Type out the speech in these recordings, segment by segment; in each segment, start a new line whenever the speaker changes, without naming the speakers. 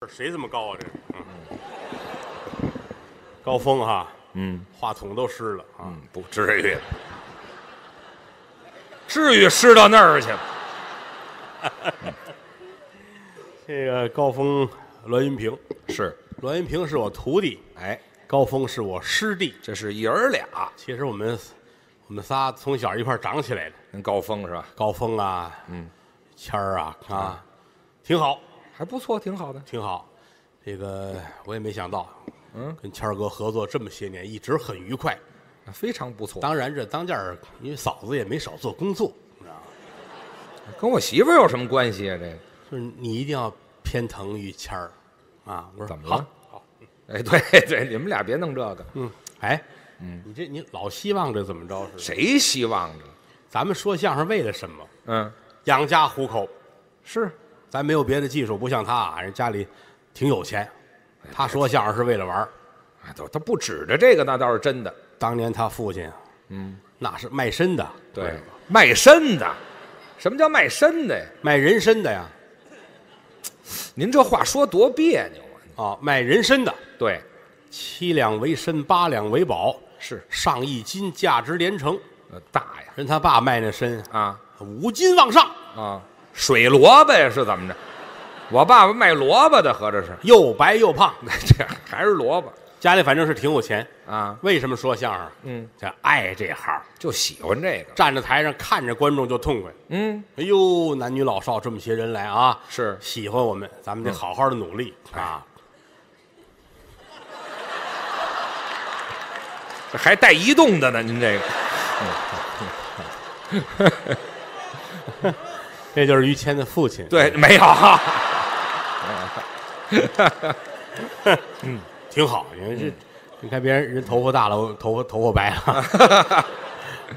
不是谁这么高啊？这是，嗯，高峰哈，
嗯
话筒都湿了啊！
嗯，不至于， 至于湿到那儿去吗？
这个高峰，栾云平，
是，
栾云平是我徒弟，
哎，
高峰是我师弟。
这是爷儿俩，
其实我们我们仨从小一块儿长起来的，
跟高峰是吧？
高峰啊，嗯，谦儿啊啊，挺好，
还不错，挺好的。
挺好。这个我也没想到，
嗯，
跟谦儿哥合作这么些年，一直很愉快。
啊非常不错，
当然，这当家儿因为嫂子也没少做工作，你知道吗？
跟我媳妇儿有什么关系啊？这个，
就是你一定要偏疼于谦儿，啊，我说
怎么
好
了？哎，对 对，你们俩别弄这个，
嗯，哎，嗯，你这你老希望着怎么着是？
谁希望啊着？
咱们说相声为了什么？
嗯，
养家糊口，
是，
咱没有别的技术，不像他啊，人家里挺有钱，他说相声是为了玩儿。
哎，都他不指着这个，那倒是真的。
当年他父亲，嗯，那是卖身的，
对，卖身的，什么叫卖身的呀？
卖人参的呀，
您这话说多别扭啊！
啊，卖人参的，
对，
七两为参，八两为宝，
是，
上一斤，价值连城。
呃，大呀，
人他爸卖那参
啊
五斤往上，
啊，水萝卜呀，是怎么着？我爸爸卖萝卜的，合着是，
又白又胖，
这还是萝卜
家里反正是挺有钱。
啊？
为什么说相声？
嗯，
这爱这行，
就喜欢这个，
站在台上看着观众就痛快。
嗯，
哎呦，男女老少这么些人来啊，
是嗯
喜欢我们，咱们得好好的努力、啊！
这还带移动的呢，您这个
这就是于谦的父亲，
哎对没有啊？
挺好。你看
嗯
这，你看别人人头发大了，我头发头发白了，
嗯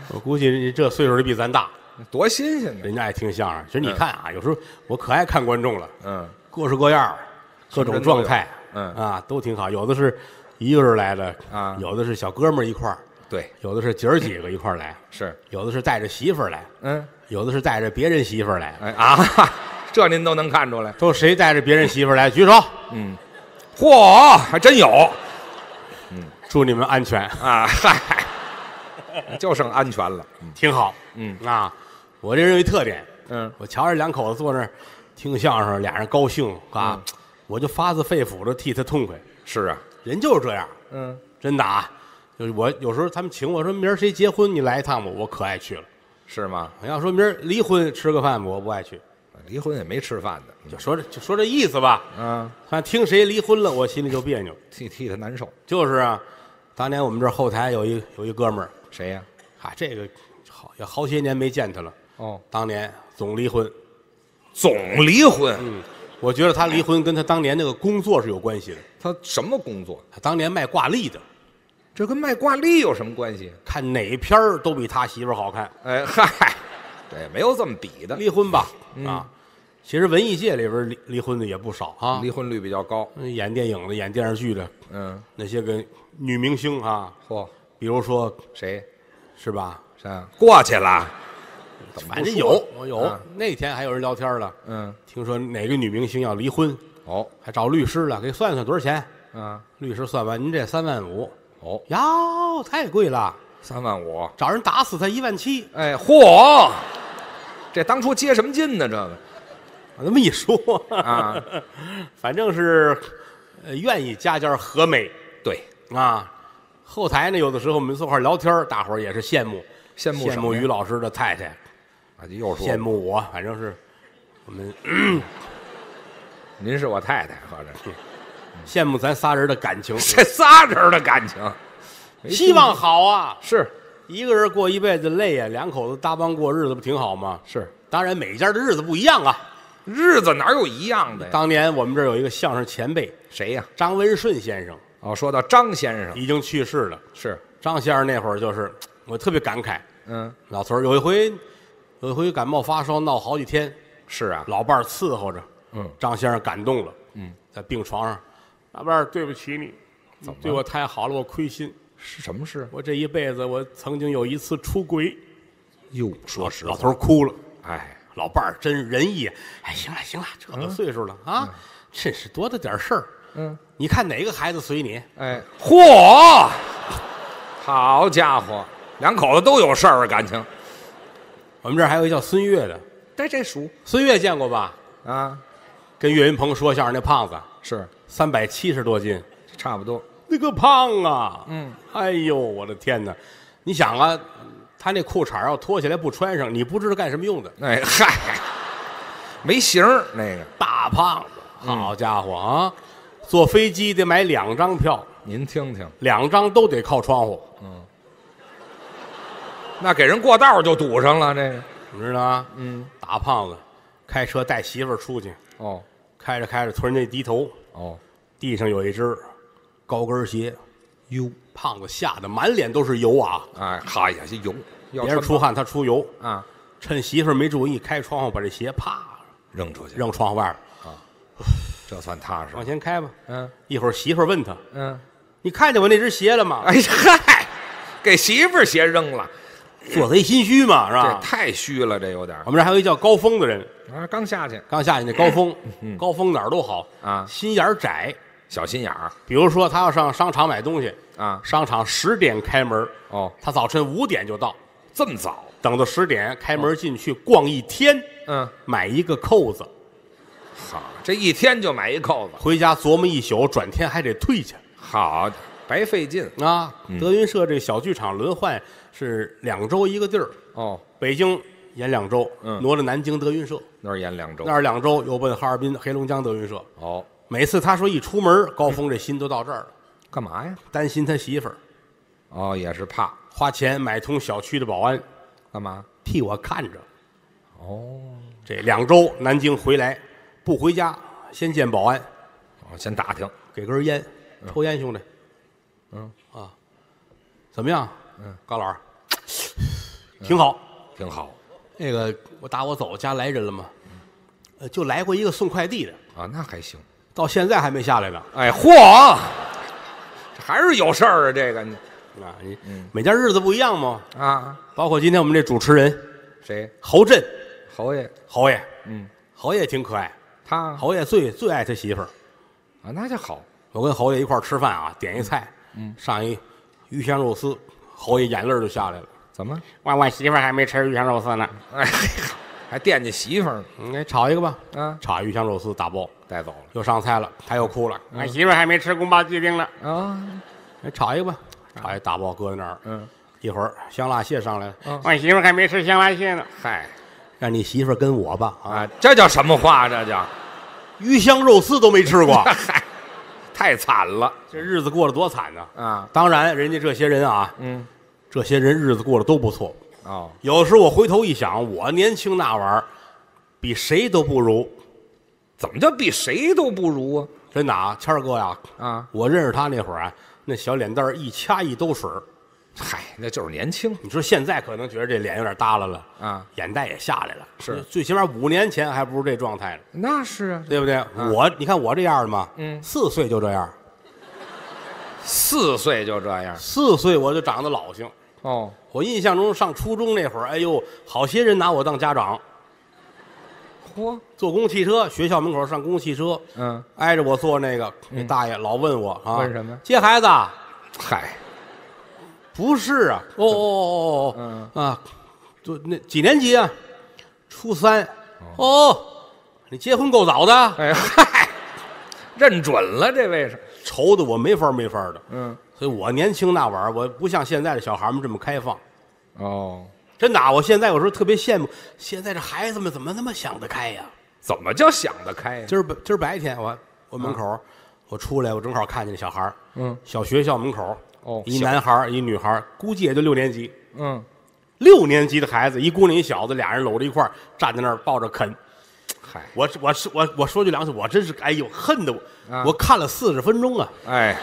我估计人家这岁数的比咱大，
多新鲜呢！
人家爱听相声。其实你看啊，有时候我可爱看观众了，
嗯，
各式各样儿，各种状态，
什么人都有嗯
啊，都挺好。有的是一个人来的
啊
有的是小哥们儿一块儿，
对，
有的是姐儿几个一块儿来，
是，
有的是带着媳妇儿来，
嗯，
有的是带着别人媳妇儿来，
哎啊， 这您都能看出来。
都谁带着别人媳妇儿来举手，
嚯，还真有
祝你们安全，
啊！嗨，就剩安全了。
挺好。
嗯
啊，我这人有一特点，
嗯，
我瞧着两口子坐那儿听相声，俩人高兴
嗯
啊，我就发自肺腑的替他痛快。
是啊，
人就是这样，
嗯，
真的啊。就是我有时候他们请我说明儿谁结婚你来一趟吧，我可爱去了。
是吗？
要说明儿离婚吃个饭，我不爱去，
离婚也没吃饭的，
就说这就说这意思吧。
啊，
反正听谁离婚了，我心里就别扭。
替替他难受。
就是啊，当年我们这儿后台有一有一哥们儿，
谁呀、
啊，这个好也好些年没见他了。
哦，
当年总离婚，
总离婚。
嗯，我觉得他离婚跟他当年那个工作是有关系的。
他什么工作？
他当年卖挂历的，
这跟卖挂历有什么关系？
看哪片儿都比他媳妇儿好看。
哎嗨，对，没有这么比的。
离婚吧，
嗯
啊，其实文艺界里边儿离离婚的也不少啊，
离婚率比较高。
嗯演电影的、演电视剧的
嗯，
那些个女明星啊，
嚯，
比如说
谁？
是吧？
谁啊？过去了。怎么
反
不
正
说
有我有、
啊
那天还有人聊天了，
嗯，
听说哪个女明星要离婚，
哦，
还找律师了，给算算多少钱？
啊，
律师算完，您这三万五，
哦，
哟，太贵了，
三万五。
找人打死他一万七。
哎，嚯，这当初接什么劲呢？这个
我这么一说
啊，
反正是呃愿意家家和美
对，
啊。后台呢，有的时候我们坐块儿聊天儿，大伙儿也是羡慕
羡慕
羡
什
慕
么呀
于老师的太太，
啊，就又说
羡慕我，反正是我们
您是我太太，合着
羡慕咱仨人的感情，
这仨人的感情，没
希望好啊。
是
一个人过一辈子累呀、两口子搭帮过日子不挺好吗？
是，
当然，每家的日子不一样啊。
日子哪有一样的呀？
当年我们这儿有一个相声前辈
谁呀？
张文顺先生，
哦，说到张先生
已经去世了。
是，
张先生那会儿就是，我特别感慨，
嗯，
老头儿有一回，有一回感冒发烧闹好几天，
是啊，
老伴儿伺候着，
嗯，
张先生感动了，嗯，在病床上，老伴儿对不起你，你对我太好了，我亏心，
是什么事？
我这一辈子我曾经有一次出轨，
哟，说实
老
话，
头儿哭了，
哎，
老伴儿真仁义，哎，行了行了，这个岁数了啊，真是多大点事儿。
嗯，
你看哪个孩子随你？
哎，嚯，好家伙，两口子都有事儿啊，感情。
我们这儿还有一叫孙越的，
这这数
孙越见过吧？
啊，
跟岳云鹏说相声那胖子，
是
三百七十多斤，
差不多。
那个胖啊！
嗯，
哎呦，我的天哪！你想啊，他那裤衩儿要脱下来不穿上，你不知道干什么用的。
哎嗨，没型儿那个，
大胖子，
嗯
好家伙啊！坐飞机得买两张票，
您听听，
两张都得靠窗户，
那给人过道儿就堵上了。这个，
你知道吗？
嗯，
大胖子开车带媳妇儿出去，
哦
开着开着，突然间低头，
哦，
地上有一只高跟鞋，
油，
胖子吓得满脸都是油啊！
哎，嗨呀，这油，要
别人出汗，他出油，
啊，
趁媳妇儿没注意，开窗户把这鞋啪
扔出去，
扔窗户外边儿，
这算踏实
往。前开吧。
嗯
一会儿媳妇儿问他
嗯，：“
你看见我那只鞋了吗
哎呀嗨，给媳妇儿鞋扔了，？”
做贼心虚嘛，是
这
吧？
太虚了，这有点儿
我们这儿还有一叫高峰的人，
啊，刚下去，
刚下去那高峰，高峰哪儿都好
啊
心眼儿窄。
小心眼儿
比如说，他要上商场买东西，
啊。
商场十点开门，
哦，
他早晨五点就到，
这么早？
等到十点开门进去逛一天，
嗯，
买一个扣子，
好，这一天就买一扣子，
回家琢磨一宿，转天还得退去
好，白费劲
啊。德云社这小剧场轮换是两周一个地儿，
哦。
北京演两周，
嗯
挪到南京德云社
那儿演两周
那，儿两周，又奔哈尔滨、黑龙江德云社。
哦，
每次他说一出门，高峰这心都到这儿了，
干嘛呀？
担心他媳妇儿
哦，也是怕
花钱买通小区的保安
干嘛？
替我看着。
哦，
这两周南京回来不回家，先见保安，
哦，先打听，
给根烟，抽烟，兄弟。
嗯
啊，怎么样？
嗯，
高老师，挺好。
挺好
嗯那个，我打我走，家来人了吗？呃，就来过一个送快递的，
啊，那还行。
到现在还没下来呢。
哎，嚯，这还是有事儿啊，这个你
啊，你每家日子不一样嘛。
啊，
包括今天我们这主持人
谁？
侯震
侯爷，
侯爷，
嗯，
侯爷挺可爱。
他
侯爷最最爱他媳妇儿。
啊，那就好。
我跟侯爷一块儿吃饭啊，点一菜，嗯，上一鱼香肉丝，侯爷眼泪儿就下来了。
怎么？
哇，我媳妇还没吃鱼香肉丝呢，
哎，还惦记媳妇儿呢
你嗯给炒一个吧。
啊？
炒鱼香肉丝打包，
带走了
又上菜了，他又哭了。我媳妇还没吃宫保鸡丁呢，
啊？
嗯炒一个吧，炒一打包搁在那儿。
嗯，
一会儿香辣蟹上来了
嗯，
我媳妇还没吃香辣蟹呢。
嗨
让你媳妇儿跟我吧啊
啊，，这叫什么话？这叫
鱼香肉丝都没吃 过，
嗨，太惨了
这日子过得多惨呐！
啊！
嗯当然，人家这些人啊，
嗯，
这些人日子过得都不错。
哦，
有时候我回头一想，我年轻那玩意儿，比谁都不如。
怎么叫比谁都不如啊？
真的啊，谦儿哥呀，
啊，
我认识他那会儿啊，那小脸蛋儿一掐一兜水儿。
嗨，那就是年轻
你说现在可能觉得这脸有点耷拉了，
啊，
眼袋也下来了，
是
最起码五年前还不是这状态呢，
那是啊，
对不对？我你看我这样的嘛，
嗯
四岁就这样，
四岁就这样
四岁我就长得老性。
哦，
我印象中上初中那会儿，哎呦，好些人拿我当家长，
嚯，
坐公共汽车，学校门口上公共汽车，
嗯，
挨着我坐那个那大爷老嗯问我啊，
问什么
接孩子啊？
嗨，
不是啊，哦哦哦哦
嗯
哦，啊，就那几年级啊？初三。哦，你结婚够早的，
哎嗨，认准了这位是，
愁的我没法没法的。
嗯，
所以我年轻那会儿，我不像现在的小孩们这么开放。
哦，
真的啊，我现在有时候特别羡慕，现在这孩子们怎么那么想得开呀、
怎么叫想得开呀？
今儿白今儿白天我我门口、我出来，我正好看见那小孩儿
嗯，
小学校门口
哦
一
小
男孩儿一女孩儿，估计也就六年级。
嗯，
六年级的孩子，一姑娘一小子，俩人搂着一块儿站在那儿抱着啃。
嗨，
我我是我我说句良心，我真是哎呦恨的我，
啊
我看了四十分钟啊，
哎，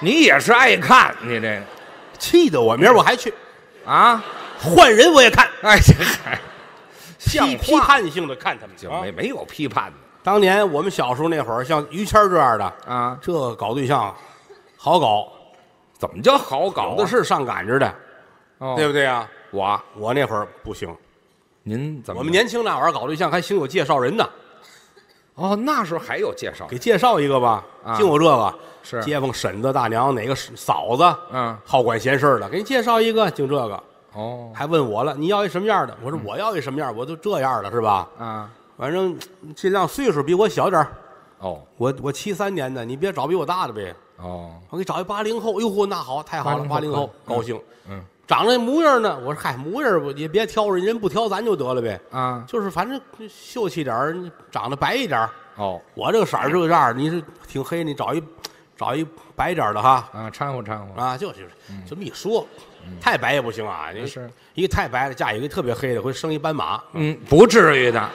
你也是爱看你这个
气得我明儿我还去
啊？
换人我也看，
哎，这嗨， 像
批批
话
判性的看他们。
就
啊
没没有批判
当年我们小时候那会儿，像于谦儿这样的，
的啊？
这搞对象好搞，
怎么叫好搞
有
啊
的，是上赶着的，
哦
对不对啊？
我
我
嗯
那会儿不行，
您怎么
我们年轻那会儿搞对象还兴有介绍人呢，
哦，那时候还有介绍，
给介绍一个吧，
啊
净有这个
是
街坊婶子大娘哪个嫂子，
嗯
好管闲事儿的，给你介绍一个，净这个，
哦
还问我了，你要一什么样的？我说
嗯
我要一什么样，我都这样了，是吧？
啊
反正尽量岁数比我小点儿，
哦
我我七三年的，你别找比我大的呗，
哦
我给你找一八零后，哎哟嚯，那好，太好了，八零
80后
后高兴，
嗯
长那模样呢，我说嗨，模样不也别挑人，人不挑咱就得了呗，
啊
就是反正秀气点儿，长得白一点儿。
哦
我这个色儿就这样，你是挺黑，你找一找一白点儿的哈
啊，掺和掺和，
啊，就是这么一说，太白也不行啊，你
嗯是
一个太白的嫁一个特别黑的，会生一斑马。
嗯，不至于的，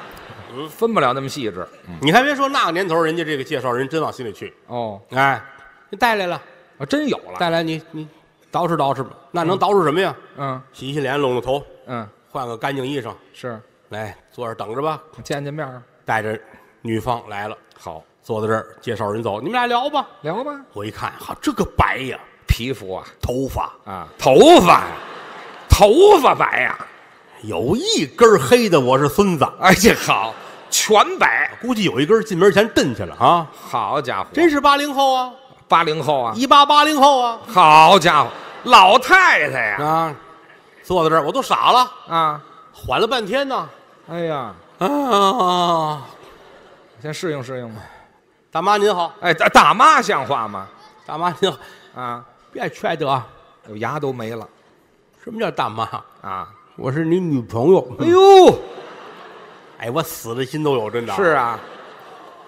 分不了那么细致。
你还别说那个年头，人家这个介绍人真往心里去，
哦，
哎，你带来了，
啊真有了。
带来你你捯饬捯饬吧，那能捯饬什么呀？
嗯
洗洗脸，拢拢头，
嗯，
换个干净衣裳，
是
来坐这儿等着吧。
见见面儿
带着女方来了，
好
坐在这儿，介绍人走，你们俩聊吧。
聊吧。
我一看，哈，这个白呀，
皮肤啊
头发
啊，头发呀，头发白呀，
有一根黑的，我是孙子，
哎呀好，全白，
估计有一根进门前蹬去了啊！
好家伙，
真是八零后啊，
八零后啊，
一八八零后啊
好家伙，老太太呀
啊！坐在这儿我都傻了，
啊，
缓了半天呢。
哎呀，
啊，
先适应适应吧。
大妈您好，
哎，大大妈像话吗？
大妈您好，
啊，
别揣度啊，
有牙都没了
什么叫大妈？
啊！
我是你女朋友。
哎呦，
哎，我死的心都有，真的。
是，啊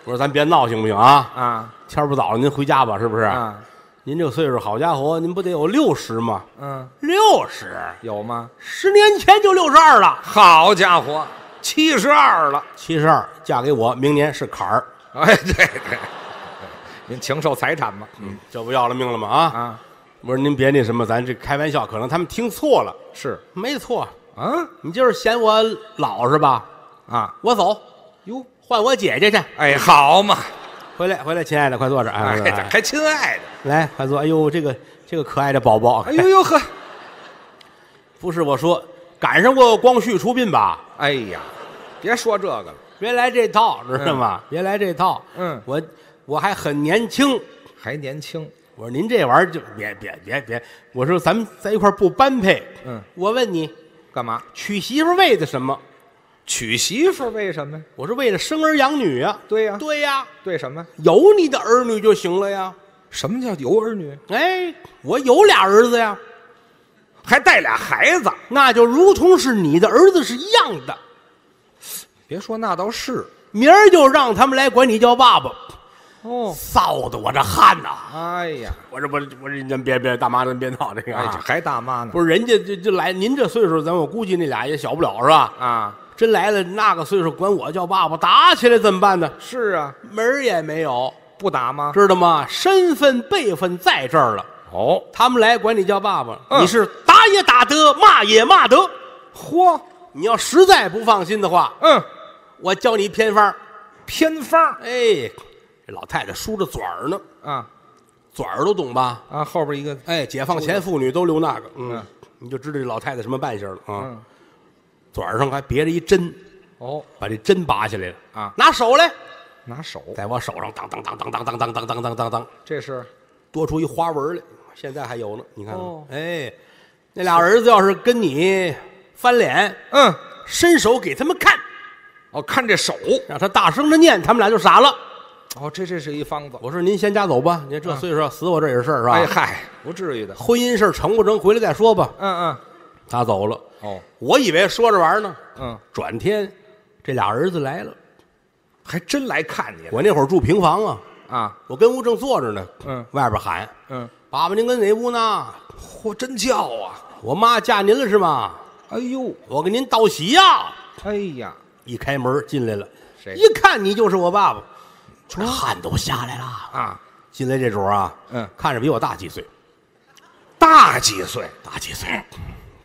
我说咱别闹行不行啊？
啊
天儿不早了，您回家吧，是不是？
啊
您这个岁数，好家伙，您不得有六十吗？
嗯，
六十，
有吗？
十年前就六十二了。
好家伙，七十二了！
七十二嫁给我，明年是坎儿，
哎，对对，您情受财产吗？嗯
这不要了命了吗？啊！
啊，
我说您别那什么，咱这开玩笑，可能他们听错了，
是
没错，
啊
你就是嫌我老是吧？
啊
我走，
哟，
换我姐姐去。
哎，好嘛，
回来，回来，亲爱的，快坐这儿，哎
哎，
快坐这
这
儿
还亲爱的，
来，快坐。哎呦，这个这个可爱的宝宝，
哎呦呦呵，
不是我说，赶上过光绪出殡吧？
哎呀，别说这个了，
别来这套，知道吗？别来这套。
嗯
我我还很年轻。
还年轻，
我说您这玩意儿就别别别别，我说咱们在一块儿不般配。
嗯，
我问你，
干嘛
娶媳妇为的什么？
娶媳妇儿为什么呀？
我是为了生儿养女呀、
对呀
对呀、
对什么？
有你的儿女就行了呀。
什么叫有儿女？
哎，我有俩儿子呀，
还带俩孩子？
那就如同是你的儿子是一样的。
别说那倒是
明儿就让他们来管你叫爸爸，
哦，
臊的我这汗呐、
哎呀，
我这不，我这您别别，大妈您别闹这个
哎，这
啊！
还大妈呢？
不是人家就就来，您这岁数，咱我估计那俩也小不了是吧？
啊，
真来了那个岁数管我叫爸爸，打起来怎么办呢？
是啊，
门儿也没有，
不打吗？
知道吗？身份辈分在这儿了。
哦，
他们来管你叫爸爸，
嗯
你是打也打得，骂也骂得。
嚯，
你要实在不放心的话，
嗯，
我教你偏方。
偏方
哎，这老太太梳着嘴儿呢，
啊
嘴儿都懂吧？
啊，后边一个
哎，解放前妇女都留那个，嗯
嗯，
你就知道这老太太什么扮相了啊。
嗯
嘴儿上还别着一针，
哦，
把这针拔下来了
啊
拿手来，
拿手，
在我手上当当当当当当当当当当当当，
这是
多出一花纹来，现在还有呢，你看看
哦
哎，那俩儿子要是跟你翻脸，
嗯，
伸手给他们看，
哦，看这手，
让他大声的念，他们俩就傻了。
哦，这这是一方子，
我说您先家走吧，您这岁数死我这也是事儿是吧？
哎嗨，不至于的，
婚姻事儿成不成回来再说吧。
嗯嗯，
他走了，
哦，
我以为说着玩儿呢，
嗯，
转天这俩儿子来了。
还真来看你了
我那会儿住平房啊，
啊，
我跟屋正坐着呢，
嗯
外边喊
嗯，：“
爸爸，您跟哪屋呢？
嚯，真叫啊，
我妈嫁您了是吗？
哎呦，
我给您道喜呀、
哎呀，
一开门进来了，
谁
一看你就是我爸爸，这汗都下来了。
啊，
进来这主儿啊，
嗯
看着比我大几岁，
大几岁，
大几岁，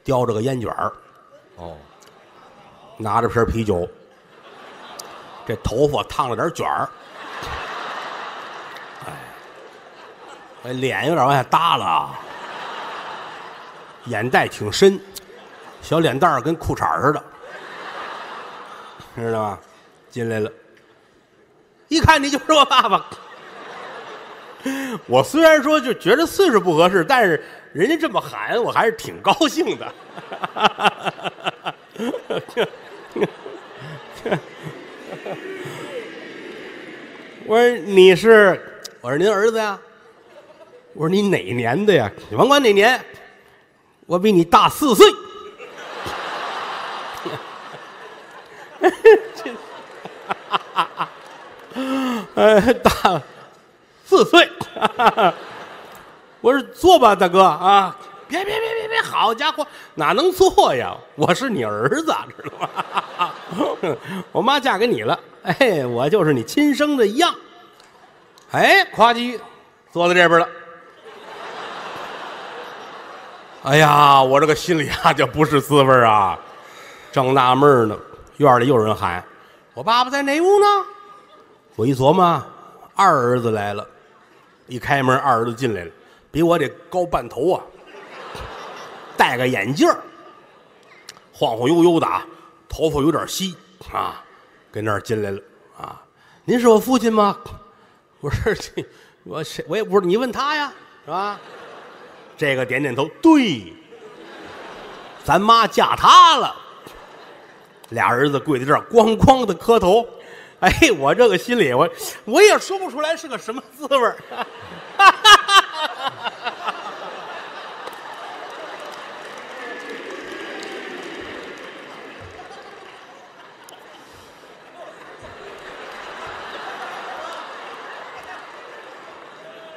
叼着个烟卷儿，
哦，
拿着瓶啤酒，这头发烫了点卷儿，哎，哎脸有点往下耷了啊，眼袋挺深，小脸蛋儿跟裤衩儿似的，知道吗？进来了，一看你就是我爸 爸。我虽然说就觉得岁数不合适，但是人家这么喊，我还是挺高兴的。我说你是，我说您儿子呀？我说你哪年的呀？你甭管哪年，我比你大四岁。 呃，大四岁。我说坐吧，大哥啊，别别别别别，好家伙，哪能坐呀？我是你儿子，知道吗？ 我妈嫁给你了，哎，我就是你亲生的一样。哎，夸叽，坐到这边了。哎呀，我这个心里啊就不是滋味儿啊，正纳闷儿呢，院里又有人喊：“我爸爸在哪屋呢？”我一琢磨，二儿子来了。一开门，二儿子进来了，比我得高半头啊，戴个眼镜儿晃晃悠悠的啊，头发有点稀啊，跟那儿进来了啊。您是我父亲吗？我说这，我谁我也不知道，你问他呀，是吧？这个点点头，对，咱妈嫁他了。俩儿子跪在这儿，咣咣的磕头。哎，我这个心里，我我也说不出来是个什么滋味儿。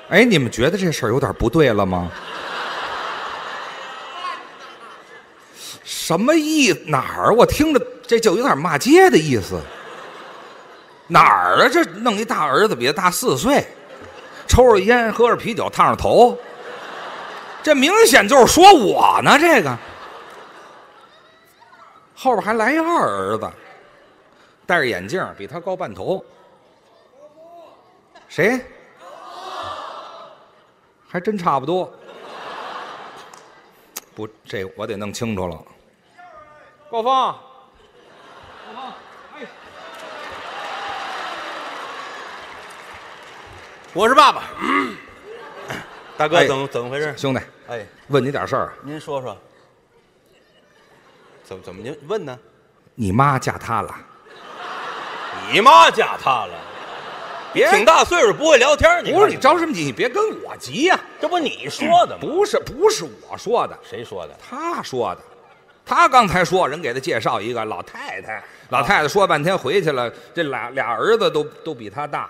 哎，你们觉得这事儿有点不对了吗？什么意哪儿？我听着这就有点骂街的意思。哪儿啊？这弄一大儿子比他大四岁，抽着烟，喝着啤酒，烫着头，这明显就是说我呢。这个后边还来一二儿子，戴着眼镜，比他高半头。谁？还真差不多。不，这我得弄清楚了。高峰，
我是爸爸，大哥
哎
怎么怎么回事？
兄弟，
哎，
问你点事儿啊。
您说说，怎么怎么您问呢？
你妈嫁他了？
你妈嫁他了，
别
挺大岁数不会聊天，你看
不是你着什么急？你别跟我急呀、
这不你说的吗？
不是不是我说的，
谁说的？
他说的，他刚才说人给他介绍一个老太太，老太太说半天回去了，这俩俩儿子都都比他大，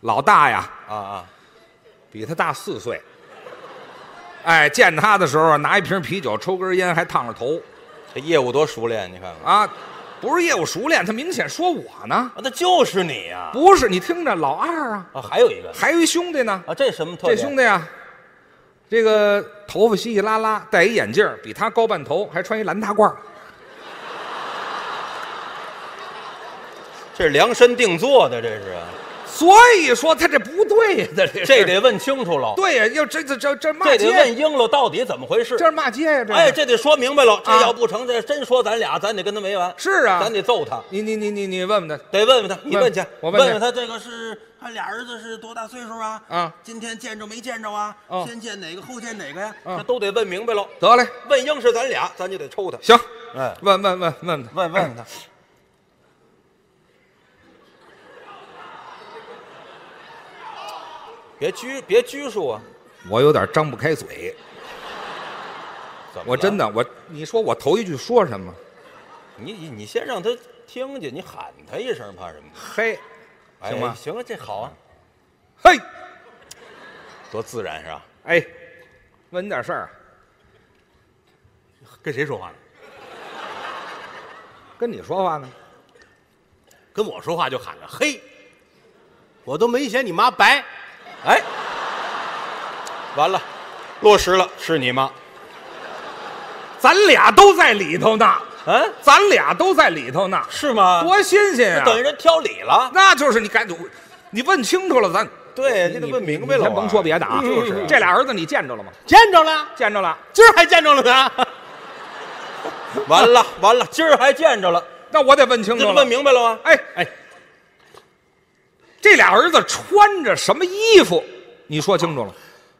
老大呀
啊啊，
比他大四岁。哎，见他的时候拿一瓶啤酒，抽根烟，还烫着头
这业务多熟练，你看看，
啊，不是业务熟练，他明显说我呢，
啊，那就是你呀！
不是你听着，老二啊，
啊，还有一个
还有一兄弟呢，
啊，这什么特
这
点？
兄弟啊，这个头发稀稀拉拉，戴一眼镜儿，比他高半头，还穿一蓝大褂儿。
这是量身定做的，这是，
所以说他这不对呀，这这
这得问清楚了，
对呀，要这这这这骂
这得
街，
问英了到底怎么回事
这。是骂街呀！这
哎，
是
这得说明白了，这
啊
要不成，这真说咱俩，咱得跟他没完。
是啊
咱得揍他，
你你你你你问问他，
得问问他，你
问
问去，
我问
问
去
他这个是他俩儿子是多大岁数啊？
啊，
今天见着没见着啊？
哦
先见哪个，后见哪个呀？
嗯
这都得问明白了。
得嘞，
问英是咱俩，咱就得抽他。
行，
哎，
问问问问他，
问问他，别拘别拘束啊！
我有点张不开嘴，
怎么了
我真，的我，你说我头一句说什么？
你你你先让他听见，你喊他一声，怕什么？
嘿，
哎
行吗
行啊，这好啊，
嘿，
多自然是吧？
哎，问你点事儿啊，
跟谁说话呢？
跟你说话呢，
跟我说话就喊着嘿，我都没嫌你妈白。
哎， 完了，落实了，是你妈？
咱俩都在里头呢，
嗯，
咱俩都在里头呢，
啊
是吗？
多新鲜呀！
等于人挑理了。
那就是你赶紧，你问清楚了，咱
对，
你
你得问明白了。嗯
先甭说，别的啊，就是这俩儿子你见着了吗？
见着了，
见着了，
今儿还见着了呢。
完了完了，今儿还见着了，
那我得问清
这
楚
问
了。
明白了吗？
哎哎，哎这俩儿子穿着什么衣服？你说清楚了。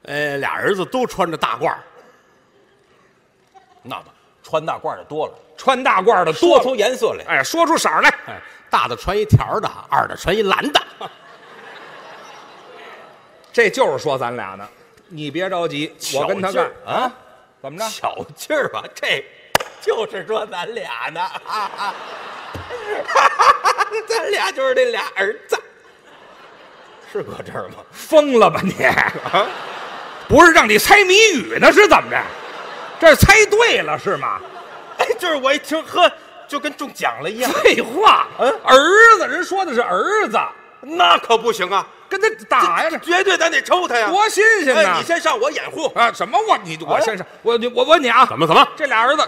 呃，俩儿子都穿着大褂儿
那吧，穿大褂的多了，
穿大褂的多
多出颜色来。
哎，说出色儿来。
哎，大的穿一条的，二的穿一蓝的。
这就是说咱俩呢，你别着急，我跟他
巧劲
干
儿，啊，
怎么着？
巧劲儿吧，这就是说咱俩呢，啊啊，咱俩就是这俩儿子，是搁这儿吗？啊
疯了吧你？ 不是让你猜谜语呢，是怎么着？这是猜对了是吗？
哎，这是我一听，呵，就跟中奖了一 样。
废话，
嗯
儿子，人说的是儿子，
那可不行啊，
跟他打呀，
绝对咱得抽他呀！
这多新鲜呐！
哎，你先上我掩 护。
啊，什么我你我先生，我我问你啊
怎，么怎么？
这俩儿子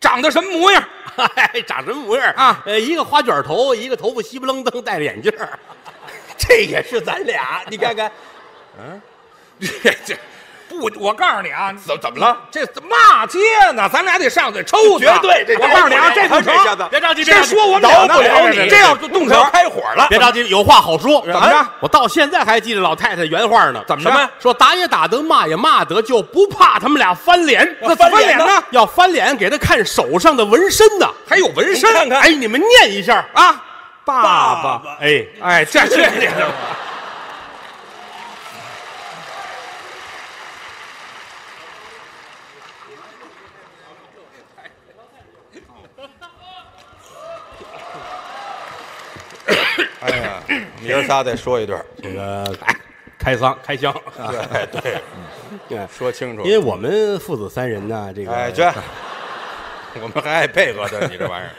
长得什么模样？
嗨，哎长什么模样
啊
呃，一个花卷头，一个头发稀不楞登，戴着眼镜儿
这也是咱俩，你 看看嗯
这这不，我告诉你啊，
怎怎么了？
这骂街呢，咱俩得上去抽他。
绝对这
我告诉你啊，
这
不
这下
成
子，
别着急，别
这
着急
说我们俩
饶
呢
不了
别别别
你，
这要
不
动手
手，开火了。
别着急，有话好说。怎
么着
我到现在还记得老太太原话呢。
怎么着
什说打也打得，骂也骂得，就不怕他们俩翻脸。
那
翻
脸
脸
呢
呢？
要翻脸，给他看手上的纹身呢。
还有纹身
你看看
哎，你们念一下。
啊，爸
爸
爸。
哎，
哎，这这这，
哎呀，你儿仨再说一段，
这个哎开仓开箱，
对哎对，
对
说清楚
因。为我们父子三人呢，这个
哎，这我们还爱配合的，你这玩意儿。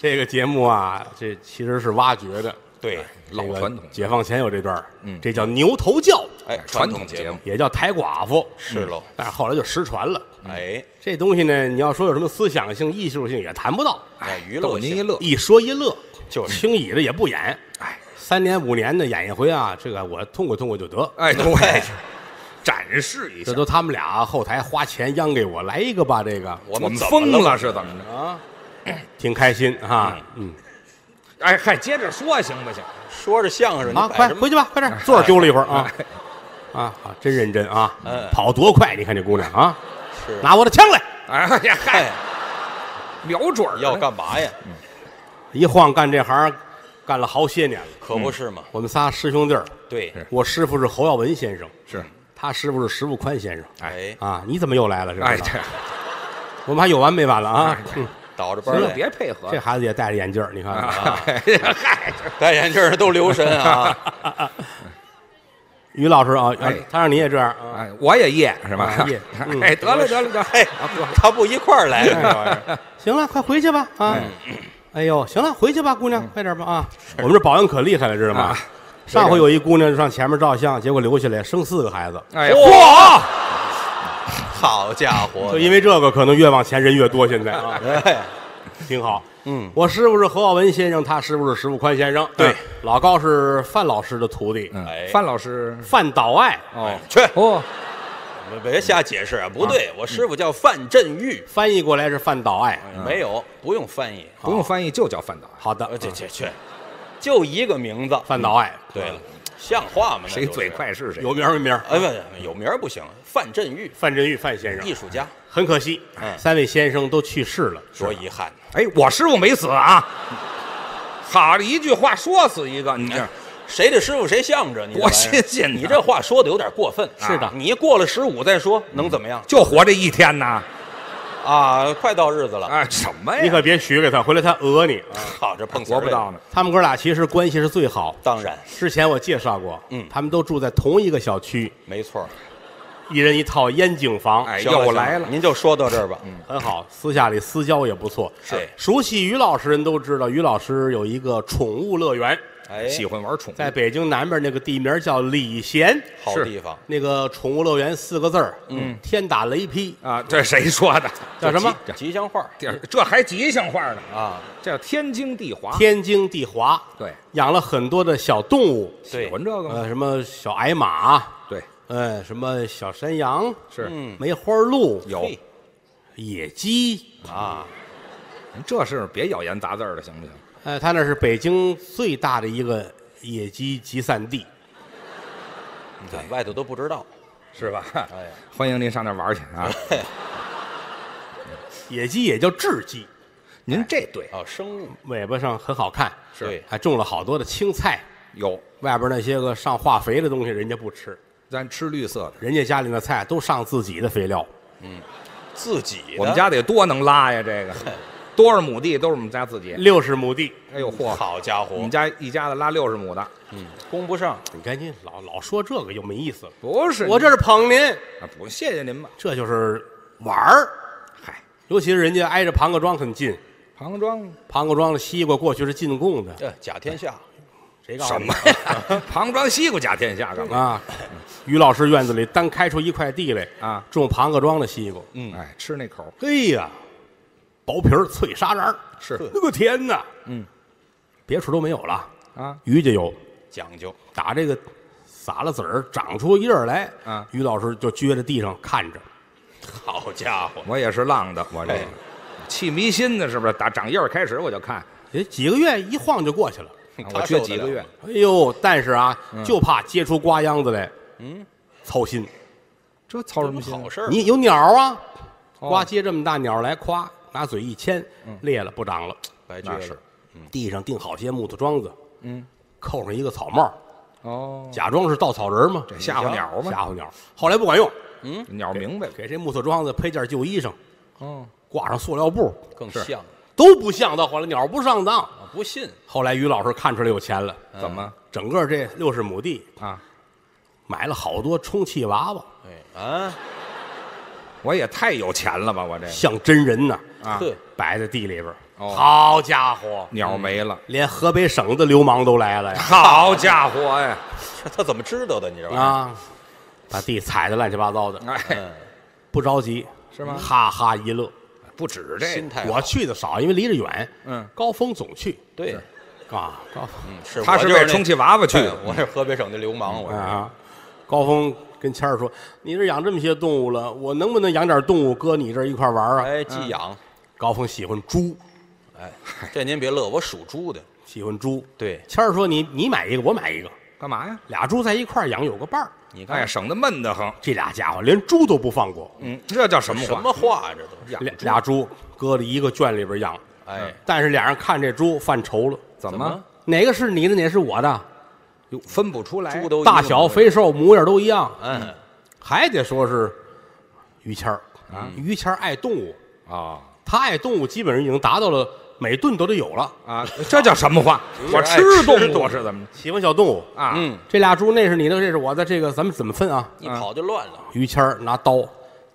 这个节目啊，这其实是挖掘的。
对，
老
这个
传统
解放前有这段嗯，这叫牛头教，
哎，传
传统节
节
目，
也叫抬寡妇，嗯
是喽。
但是后来就失传了。
哎，
这东西呢，你要说有什么思想性、艺术性，也谈不到。
哎，娱
逗
乐
您一
性
乐。
一说一乐，
就是
轻易的也不演。
哎
三年五年的演一回啊，这个我痛快痛快就得。
哎，对
对，
展示一下
这，都他们俩后台花钱央给我来一个吧，这个
我
我
们
们
怎么
疯了是怎么着？
挺开心啊。嗯，
哎嗨，接着说行不行？
说着相声，
啊，
你摆
快
什么？
回去吧，快点，座儿丢了一会儿啊。啊，好，真认真啊
嗯，
跑多快？你看这姑娘啊，
是
拿我的枪来！
哎呀嗨，
哎，
瞄准儿
要干嘛呀？
一晃干这行，干了好些年了。
可不是嘛。
我们仨师兄弟儿，
对，
我师傅是侯耀文先生，
是，
他师傅是石富宽先生。
哎，
啊，你怎么又来了？这
哎
是
这
我们还有完没完了啊？嗯
倒着班
行
儿
了，
来
别配合
这。孩子也戴着眼镜儿，你看看啊。
哎呀嗨，
戴眼镜儿都留神 啊。
于老师啊，
哎
他让你也这样啊。
哎，我也夜是吧
啊夜？嗯
哎，得了得了得了，
哎，他不一块儿 来这玩意儿。
行了，快回去吧啊！哎呦，行了，回去吧，姑娘，快点吧啊！我们这保安可厉害了，知道吗
啊？
上回有一姑娘上前面照相，结果留下来生四个孩子，
哎
嚯！好家伙，
就！因为这个，可能越往前人越多。现在啊
哎，
挺好。
嗯，
我师傅是侯耀文先生，他师傅是石富宽先生。
对
嗯，老高是范老师的徒弟，
嗯
哎
范老师
范岛爱，
哦
去，
哦，
别瞎解释啊！不对，我师傅叫范振玉，
翻译过来是范岛爱。
没有，不用翻译。
不用翻译就叫范导，啊
好的
呃，，这这去，就一个名字。
范岛爱，
对了，像话吗？那
谁
就是
嘴？快是谁。
有名儿没名儿？
哎，不，有名儿不行。范振玉，
范振玉范先生
艺，术家，
很可惜，
嗯
三位先生都去世了。
多遗憾。
哎，我师傅没死啊，好一句话说死一个，你这
哎谁的师傅谁向着你？
多新鲜呐
你这话说的有点过分。
是的
啊你过了十五再说，能怎么样
就活这一天呐！
啊？快到日子了，
啊，什么
你
呀？
可别许给他，回来他讹你。
好，这碰瓷儿
活不到
了。
呢。
他们哥俩其实关系是最好。
当然，
之前我介绍过，
嗯
他们都住在同一个小区，
没错儿。
一人一套烟景房，
哎，
行了
又来
行
了，嗯
您就说到这儿吧。嗯
很好，私下里私交也不错。
是
熟悉于老师人都知道，于老师有一个宠物乐园，
哎，
喜欢玩宠物，
在北京南边那个地名叫礼贤，
好
是
地方，
那个宠物乐园四个字儿，嗯，天打雷劈，
啊，这谁说的？
叫什么？
这
吉祥话儿
这这还吉祥话呢？
啊，
这叫天经地华。
天经地华。
对，
养了很多的小动物，
对
喜欢这个吗？
呃，什么小矮马，
对，
呃，什么小山羊，嗯
是
梅花鹿，
有
嘿
野鸡，
啊，
您这事儿别咬言杂字儿了，行不行？
呃，他那是北京最大的一个野鸡集散地，
你看外头都不知道，
是吧？
哎呀
欢迎您上那儿玩去 啊！
野鸡也叫雉鸡，
您这对
哦，生物
尾巴上很好看，
是对
还种了好多的青菜，
有，
外边那些个上化肥的东西人家不吃，
咱吃绿色的，
人家家里那菜都上自己的肥料，
自己的
我们家得多能拉呀！ 这个多少亩地都是我们家自己。
六十亩地，
哎呦嚯，
好家
我
伙
们，家一家子拉六十亩的，
嗯，供不上，
你看您老老说这个就没意思了。
不是
我这是捧您，
啊不谢谢您吧？
这就是玩儿，
嗨，
尤其是人家挨着庞各庄很近，
庞各庄
庞各庄的西瓜过去是进贡的，
这甲天 下
谁告诉
什
你
么呀？庞各庄西瓜甲天下干嘛？
啊？于老师院子里单开出一块地来
啊
种庞各庄的西瓜，
嗯
哎，吃那口
嘿呀，薄皮儿脆沙瓤儿，
是
那个甜呐，
嗯，
别处都没有了，
啊，
于家有，
讲究，
打这个撒了籽儿长出叶儿来，
啊
于老师就撅在地上看着，
好家伙，
我也是浪的，我这个
哎
气迷心的，是不是？打长叶儿开始我就看，
也几个月一晃就过去了。
啊我
他
撅
受得
几个
了
月
吗，
哎呦，但是啊，
嗯
就怕结出瓜秧子来，
嗯，
操心。
这操什么心啊？
好事儿，
你有鸟啊，
哦嗯
瓜结这么大鸟来，夸拿嘴一牵，裂了不长了。
白
那
撅
是
了，
地上钉好些木头桩子，
嗯，
扣上一个草帽，
哦，
假装是稻草人嘛，
这吓唬鸟嘛，
吓唬鸟。后来不管用，
鸟明白了，
给这木头桩子配件旧衣裳，
哦，
挂上塑料布，
更
是
像
都不像。到后来鸟不上当，
啊，不信，
后来于老师看出来有钱了，
怎么
整个这六十亩地
啊？
买了好多充气娃娃，
哎啊，
我也太有钱了吧，我这
像真人呐，
个啊，
呵，
摆在地里边儿。
哦
好家伙，
鸟没了，
连河北省的流氓都来了呀！
好家伙呀！
这他怎么知道的？你知道吗？
啊，把地踩得乱七八糟的，
哎，
嗯，
不着急
是吗
哈哈一乐。
不止这
心
个，
态好
我去的少，因为离着远。
嗯，
高峰总去
对，
啊，高峰
嗯，是
他
我就
是
是
为
那
充气娃娃去
对
的，嗯
我是河北省的流氓，我是
啊，高峰跟谦儿说：“你这养这么些动物了，我能不能养点动物搁你这儿一块儿玩儿啊？”
哎，寄养，
高峰喜欢猪，
哎，
嗯
这您别乐，我属猪的，
喜欢猪。
对，
谦儿说你：“你买一个，我买一个，
干嘛呀？
俩猪在一块儿养有个伴儿。
你看
哎，省得闷得慌。”
这俩家伙连猪都不放过，
嗯，这叫什么
什
话？
么话这都是，
俩俩猪搁了一个圈里边养，
哎，
但是俩人看这猪犯愁了，
怎
么
么
哪个是你的，哪个是我的？
哟分不出来？
猪都一
大
个
小、
模
肥瘦、模样都一样，
样，嗯，
还得说是于谦儿啊。于谦儿爱动物，
啊
他爱动物基本上已经达到了每顿都得有了，
啊，这叫什么话？我
哎
吃
吃
动
动
物
物
是怎么着
喜欢小动物。
啊？
嗯，
这俩猪那是你的，这是我的，这个咱们怎么分啊？
一跑就乱了，
于谦儿拿刀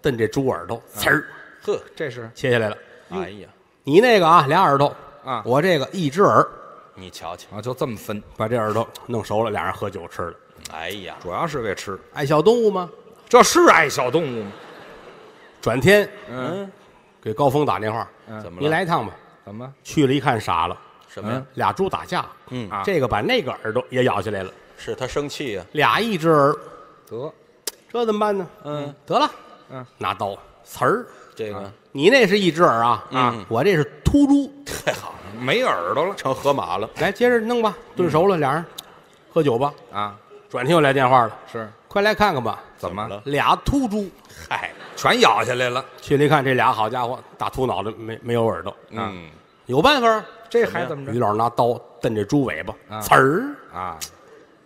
瞪这猪耳朵，呲儿
呵，
这是
切下来了。
哎呀，
你那个啊，俩耳朵
啊
我这个一只耳，
你瞧瞧，
啊，就这么分，
把这耳朵弄熟了，俩人喝酒吃了。
哎呀，
主要是为吃。
爱小动物吗？
这是爱小动物吗？
转天
嗯，
给高峰打电话，
怎么了
你来一趟吧。
怎么
去了一看傻了，
什么呀？
俩猪打架，
嗯
啊
这个把那个耳朵也咬下来了，
嗯
是他生气呀，
俩一只耳，
得？
这怎么办呢？
嗯，
得了，
嗯，
拿刀呲儿，
这个
你那是一只耳啊
嗯，
我这是秃猪，
没耳朵了
成河马了，
来接着弄吧，炖熟了，俩人喝酒吧。
啊？
转天又来电话了，
是
快来看看吧，
怎么
怎么了
俩秃猪，
嗨，
全咬下来了？
去了一看，这俩好家伙，大秃脑袋没没有耳朵，
嗯，
有办法啊，
这还怎么
于
着
老师拿刀瞪这猪尾巴，
啊
呲儿，
啊？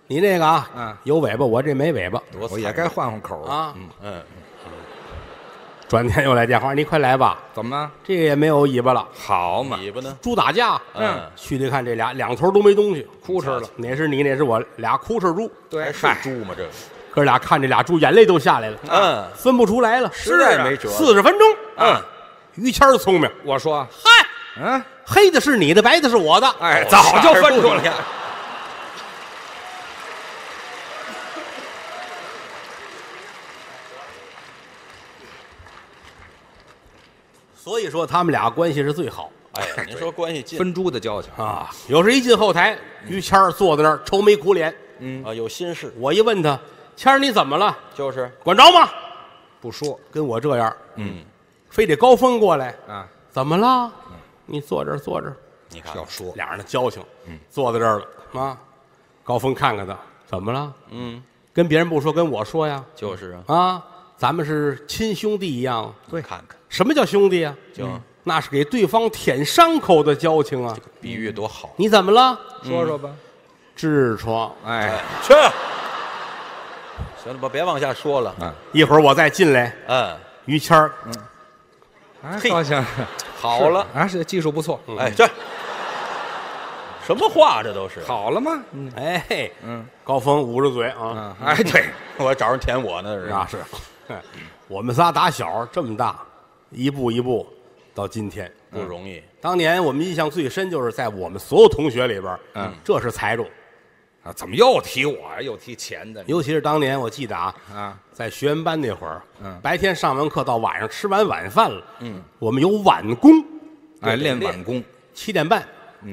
你那个
嗯
啊，有尾巴，我这没尾巴
多
我也
惨
该换换口了。
啊。
嗯，
转天又来电话，你快来吧，
怎么
这也没有尾巴了。
好嘛？
尾巴呢？
猪打架，
嗯，
去的看这俩两头都没东西，
哭哧了，
哪是你，哪是我，俩哭哧猪。
对，哎
还是
嗨，啊
猪吗？这个，
哥俩看这俩猪，眼泪都下来了，
嗯，
分不出来了。啊
实在没辙了，
四十分钟，啊
嗯，
于谦儿聪明，
我说，
嗨，
嗯，
黑的是你的，白的是我的。
哎，
哦
早就分出来
傻
了。
所以说他们俩关系是最好
哎，您说关系近
分猪的交情，
啊。有时一进后台，于谦儿坐在那儿愁眉苦脸，
啊，有心事
我一问他，谦儿你怎么了？
就是，
嗯
管着吗？
不说
跟我这样，
嗯，
非得高峰过来，
啊，
怎么了？你坐这儿，坐这儿。
你看
要说
俩人的交情，嗯，坐在这儿了啊。高峰看看他，怎么了？
嗯，
跟别人不说，跟我说呀。
就是啊，
啊，咱们是亲兄弟一样。
对，看看
什么叫兄弟啊？
就
那是给对方舔伤口的交情啊！
比
嗯
喻多好。
你怎么了？
说说吧。
痔疮。
嗯哎，
去，行了吧，别往下说了。
一会儿我再进来。
嗯，
于谦儿，
哎
嘿
高兴，
好了，
啊，是嗯技术不错。
哎，这什么话这都是？
好了吗？嗯
哎嘿，
嗯
高峰捂着嘴啊，
啊，哎，对，啊
我还找人舔我呢，这是
那是。 哎我们仨打小这么大，一步一步到今天。
嗯
不容易。
当年我们印象最深就是在我们所有同学里边，
嗯，
这是财主，
啊，怎么又提我啊？又提钱的？
尤其是当年我记得啊，
啊，
在学员班那会儿，
嗯
白天上完课到晚上吃完晚饭了，嗯，我们有晚功，
哎，练晚功
七点半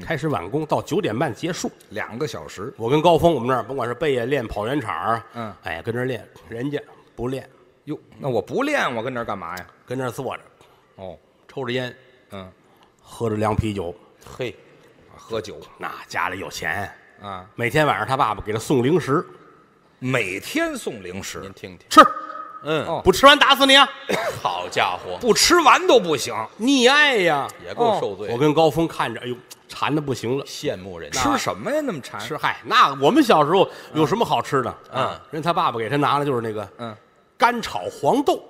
开始晚功，到九点半结束。
两个小时，
我跟高峰我们那儿甭管是背呀练跑圆场儿，
嗯
哎，跟这儿练，人家不练，
哟，那我不练，我跟这儿干嘛呀？
跟那儿坐着
哦，
抽着烟，
嗯，
喝着凉啤酒，
嘿，
喝酒
那家里有钱，
啊，
每天晚上他爸爸给他送零食
每天送零食
您，听听，
吃，
嗯，
哦
不吃完打死你啊！
好家伙，
不吃完都不行，
溺爱呀！
也够受罪
我
的，
跟高峰看着，哎呦，馋的不行了。
羡慕人家。
吃什么呀？那么馋？
吃嗨，那我们小时候有什么好吃的？啊
嗯，
人他爸爸给他拿的就是那个
嗯，
干炒黄豆，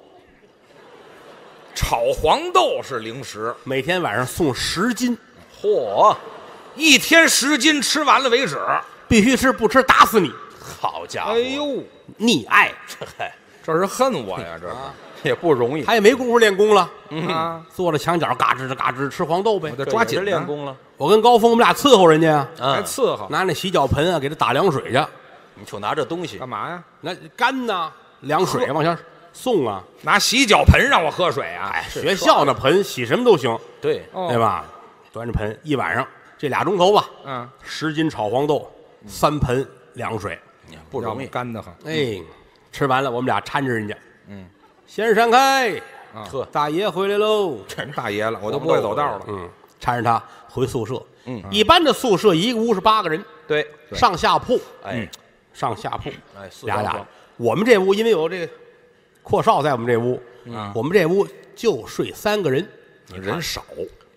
炒黄豆是零食，
每天晚上送十斤，
嚯，
一天十斤，吃完了为止。
必须吃，不吃打死你！
好家伙，
哎，呦，
溺爱，
嗨，
这是恨我呀，这是
也不容易，
他也没工夫练功了，
啊！
坐在墙角嘎吱嘎吱吃黄豆呗
我。得
这
抓
也是
紧
练
呢，
功了。
我跟高峰我们俩伺候人家呀，
还
嗯，
伺候
拿那洗脚盆啊给他打凉水去，
你就拿这东西
干，嘛呀？
那干呐，凉水往下送啊，
拿洗脚盆让我喝水啊？哎，
学校那盆洗什么都行，
对，
哦
对？吧？端着盆一晚上，这俩钟头吧，
嗯，
十斤炒黄豆，三盆凉水。
你看不容
要
易
么，干得很。
哎，吃完了，我们俩搀着人家。嗯，先闪开，
啊
呵，
大爷回来喽。
大爷了，我都不会走道了。
嗯，搀着他回宿舍。嗯，一般的宿舍一个屋是八个人，
对，
上下铺，
哎
嗯
上下铺，
哎，四
俩
张
俩
床。
我们这屋因为有这个阔少在我们这屋，
啊
我们这屋就睡三个人，
人少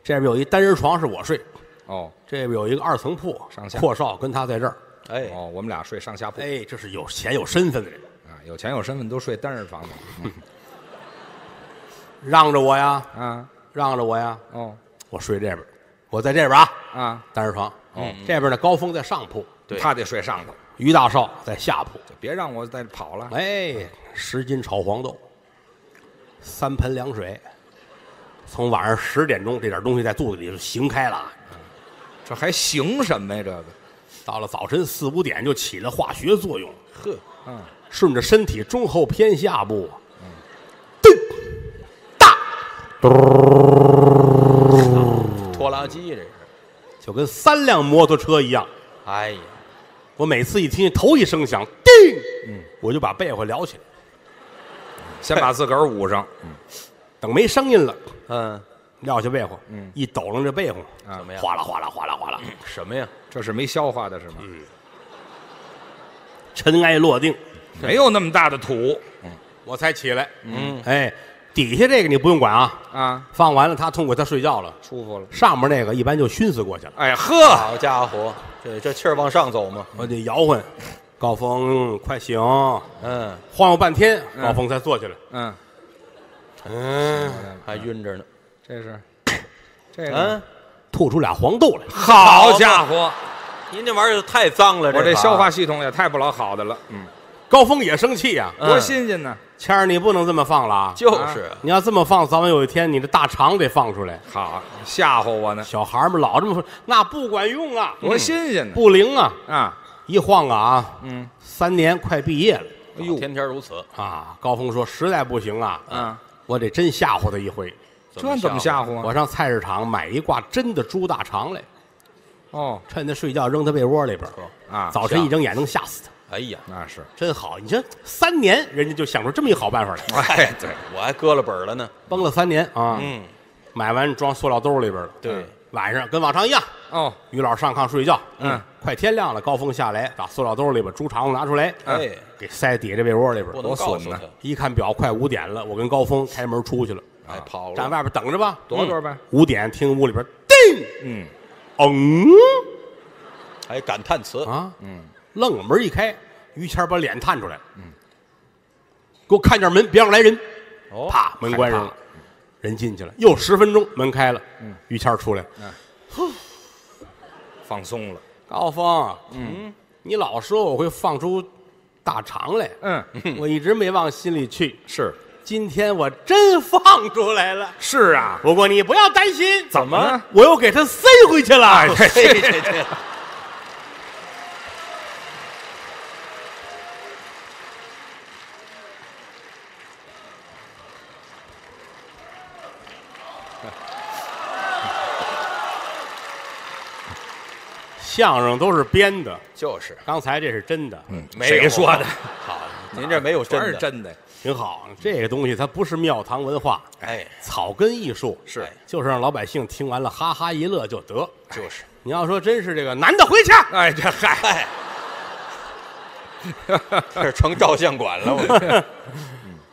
这边有一单人床是我睡，
哦
这边有一个二层铺，
上下
阔少跟他在这儿。
哎，
哦，我们俩睡上下铺
哎，这是有钱有身份的人，
啊，有钱有身份都睡单人房嘛
让着我呀，
啊
让着我呀，
哦
我睡这边，我在这边啊，
啊，
单人床。哦，这边的高峰在上铺，
对
他得睡上头，
于大少在下铺。
就别让我再跑了。
哎，十斤炒黄豆，三盆凉水，从晚上十点钟这点东西在肚子里就行开了啊。
这还行什么呀？这个
到了早晨四五点就起了化学作用，
呵，
嗯，
顺着身体中后偏下部，噔，大
拖拉机这是，
就跟三辆摩托车一样。
哎呀，
我每次一听见头一声响，叮，我就把被窝撩起来。
先把自个儿捂上，
等没声音了，
嗯，
撂下被窝，一抖楞这被窝，
啊
啊
怎么样？
哗啦哗啦哗啦哗啦，
什么呀？
这是没消化的是吗？
尘埃落定，
没有那么大的土
我才起来。
嗯，
哎，底下这个你不用管啊，
啊，
放完了他痛快，他睡觉了。
舒服了。
上面那个一般就熏死过去了，
哎呵，
好家伙，这这气儿往上走嘛，
我得摇晃。高峰，快醒！
嗯，
晃悠半天，高峰才坐起来。
嗯，
嗯，
还晕着呢，
这是这个，
嗯，
吐出俩黄豆来。
好家伙，
您这玩意儿太脏了，
我
这啊
这
行
消化系统也太不老好的了，嗯，
高峰也生气呀、
嗯
多新鲜呢。
谦儿，你不能这么放了啊！
就是
你要这么放，早晚有一天你的大肠得放出来。
好，吓唬我呢，
小孩儿们老这么说，那不管用啊，
嗯
多新鲜呢
不灵啊！
啊！
一晃啊，
嗯，
三年快毕业了
哎呦，
天天如此，
啊！高峰说：“实在不行啊，
啊，
我得真吓唬他一回。
这怎么吓唬啊？
我上菜市场买一挂真的猪大肠来，
哦
趁他睡觉扔他被窝里边儿。
啊，
早晨一睁眼能吓死他，
哎呀，
那是，
真好！你这三年人家就想出这么一好办法来，
哎，对，
我还搁了本儿了呢，
崩了三年啊！
嗯，
买完装塑料兜里边了。嗯
对，
晚上跟往常一样，
哦，
于老师上炕睡觉，
嗯，
快天亮了，高峰下来，把塑料兜里边猪肠子拿出来，
哎，
给塞底下这被窝里边
不。
嗯多
能告
损
诉
呢
他，
一看表，快五点了，我跟高峰开门出去了，
哎，
啊
跑
站
了，
外边等着吧，
躲躲呗
嗯五点听屋里边叮，
嗯，
嗯
还感叹词，
啊，嗯，愣门一开，于谦把脸探出来，嗯，给我看点门，别让来人。
嗯
哦，
啪，门关上
害
了，人进去了，又十分钟，门开了，于谦儿出来了，
放松了，
高峰，嗯，你老说我会放出大肠来，
嗯，
我一直没往心里去，
是
今天我真放出来了。
是啊，嗯
不过你不要担心，
怎么了
我又给他塞回去了。
这这这，
相声都是编的，
就是
刚才这是真的，嗯，
没有
谁说的？
好，您这没有
全
真
是
的，
真的，
挺好。这个东西它不是庙堂文化，
哎，
草根艺术哎
是
就是让老百姓听完了哈哈一乐就得。
就是，
你要说真是这个男的回去，
哎，这 嗨，
哎，这是成照相馆了，我们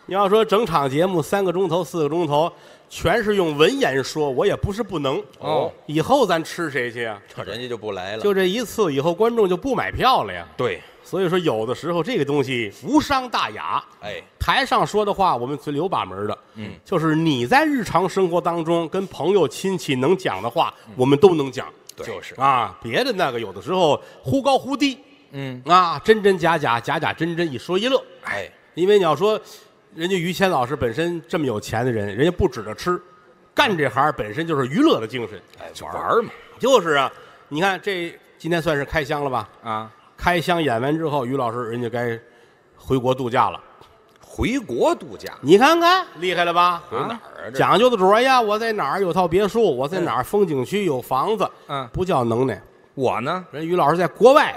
你要说整场节目三个钟头、四个钟头，全是用文言说，我也不是不能。
哦，
以后咱吃谁去啊？
这人家就不来了，
就这一次，以后观众就不买票了呀。
对，
所以说，有的时候这个东西无伤大雅。
哎，
台上说的话，我们嘴里有把门的。嗯，就是你在日常生活当中跟朋友、亲戚能讲的话，我们都能讲。
就是
啊，别的那个有的时候忽高忽低，嗯啊，真真假假，假假真真，一说一乐。
哎，
因为你要说，人家于谦老师本身这么有钱的人，人家不指着吃，干这行本身就是娱乐的精神。
哎，
玩儿嘛，
就是啊，你看这今天算是开箱了吧？
啊，
开箱演完之后，于老师人家该回国度假了。
回国度假，
你看看厉害了吧？
有哪儿啊？这嗯
讲究的主儿哎呀，我在哪儿有套别墅，我在哪儿风景区有房子，
嗯
不叫能耐。
我呢，
人于老师在国外，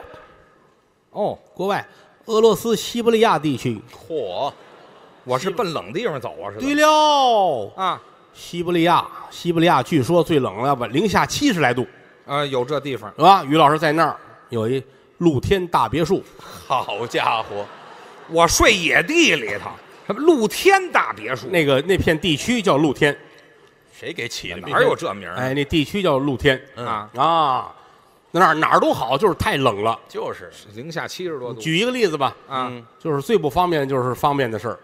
哦，
国外俄罗斯西伯利亚地区。
嚯，
我是奔冷地方走啊，是吧
对了，
啊
西伯利亚，西伯利亚据说最冷要不零下七十来度，
啊，有这地方，
是吧？于老师在那儿有一露天大别墅，
好家伙，
我睡野地里头，什么露天大别墅，
那个那片地区叫露天，
谁给起的名儿？
哪有这名儿啊呢
哎，那地区叫露天
嗯
啊？
啊，那哪儿哪儿都好，就是太冷了。
就是
零下七十多度
举一个例子吧，
啊，
嗯
就是最不方便就是方便的事儿，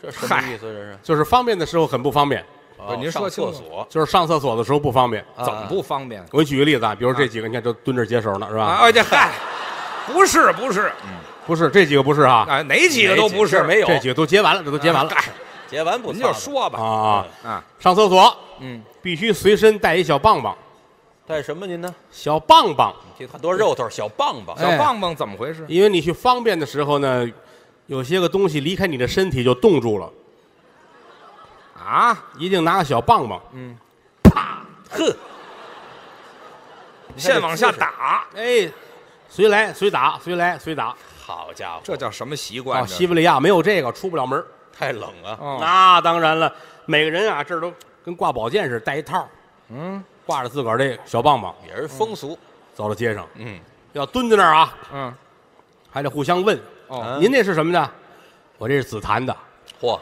这什么意思？这是
就是方便的时候很不方便，
哦
您
上
说清
厕
楚
所
就是上厕所的时候不方便。
啊
怎么不方便
我给你举个例子啊，比如这几个，你看都蹲着解手呢，是吧？
哎
啊？这嗨，不是不是
不是，这几个不是啊，
啊，哪几个都不是，
哎没有
这几个都结完了，这都结完了
啊嗨
结完不
您
擦
就
的
说吧
啊。
啊，
上厕所
嗯，
必须随身带一小棒棒，
带什么您呢？
小棒棒，
很多肉头小棒棒
哎
小棒棒怎么回事？
因为你去方便的时候呢，有些个东西离开你的身体就冻住了，
啊，
一定拿个小棒棒，
嗯
呵，
先往下，打，
哎，随来随打，随来随打。
好家伙，
这叫什么习
啊，
惯？
西伯利亚没有这个出不了门儿。
太冷了，
哦
那当然了，每个人啊这儿都跟挂宝剑似的，带一套，
嗯
挂着自个儿这小棒棒
也是风俗。
走到街上，
嗯，
要蹲在那儿啊，
嗯
还得互相问，
哦，
嗯
您那是什么的？我这是紫檀的。
嗯
嚯，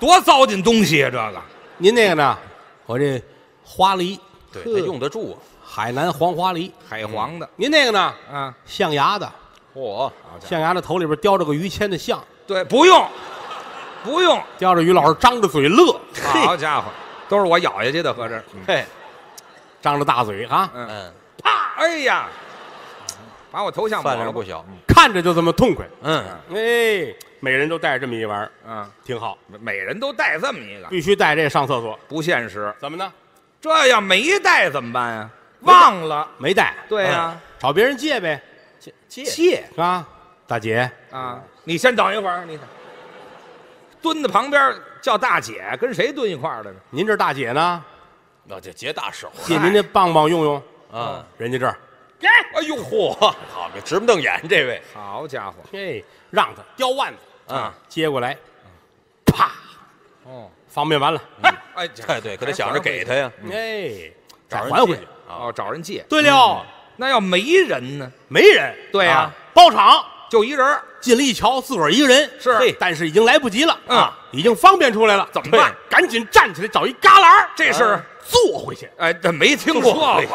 多糟践东西啊！这个
您那个呢？我这花梨，
对
呵
他用得住啊，
海南黄花梨。
海皇的
您那个呢？
啊，
象牙的，
嚯，
好家伙
象牙的头里边雕着个于谦的像，
对，不用不用，
雕着于老师张着嘴乐，
好家伙，都是我咬下去的，合着。嗯
嘿，
张着大嘴啊，
嗯，
嗯，
啪！哎呀，把我头像抹
饭
了
量不。小，
看着就这么痛快。
嗯，
哎，每人都带着这么一玩意儿，
嗯，
挺好，
每人都带这么一个，
必须带这上厕所。
不现实。
怎么呢？
这要没带怎么办呀？忘了。
没带，
对呀、
找别人借呗，
借借
借
啊，大姐，
啊！你先等一会儿，你等蹲在旁边叫大姐，跟谁蹲一块儿的呢？
您这大姐呢？
那就结啊大手
借您这棒棒用用，
啊，
人家这儿，
给，哎呦嚯！
嚯，好，这直目瞪眼这位
好家伙
嘿，让他叼腕子
啊，
接过来，啪，
哦！
方便完了，
哎
哎，对，可得想着给他，呀，
嗯
哎，再
找人
还回
借
去，
哦，找人借。
对了，
那要没人呢？
没人，
嗯
啊
对呀
包场
就一人儿，
进了一瞧，自个儿一个人
是
嘿但是已经来不及了
嗯
啊，已经方便出来了，怎
么办？
赶紧站起来找一旮旯儿，啊
这是
坐回去。
啊
哎，这没听说过
嘿。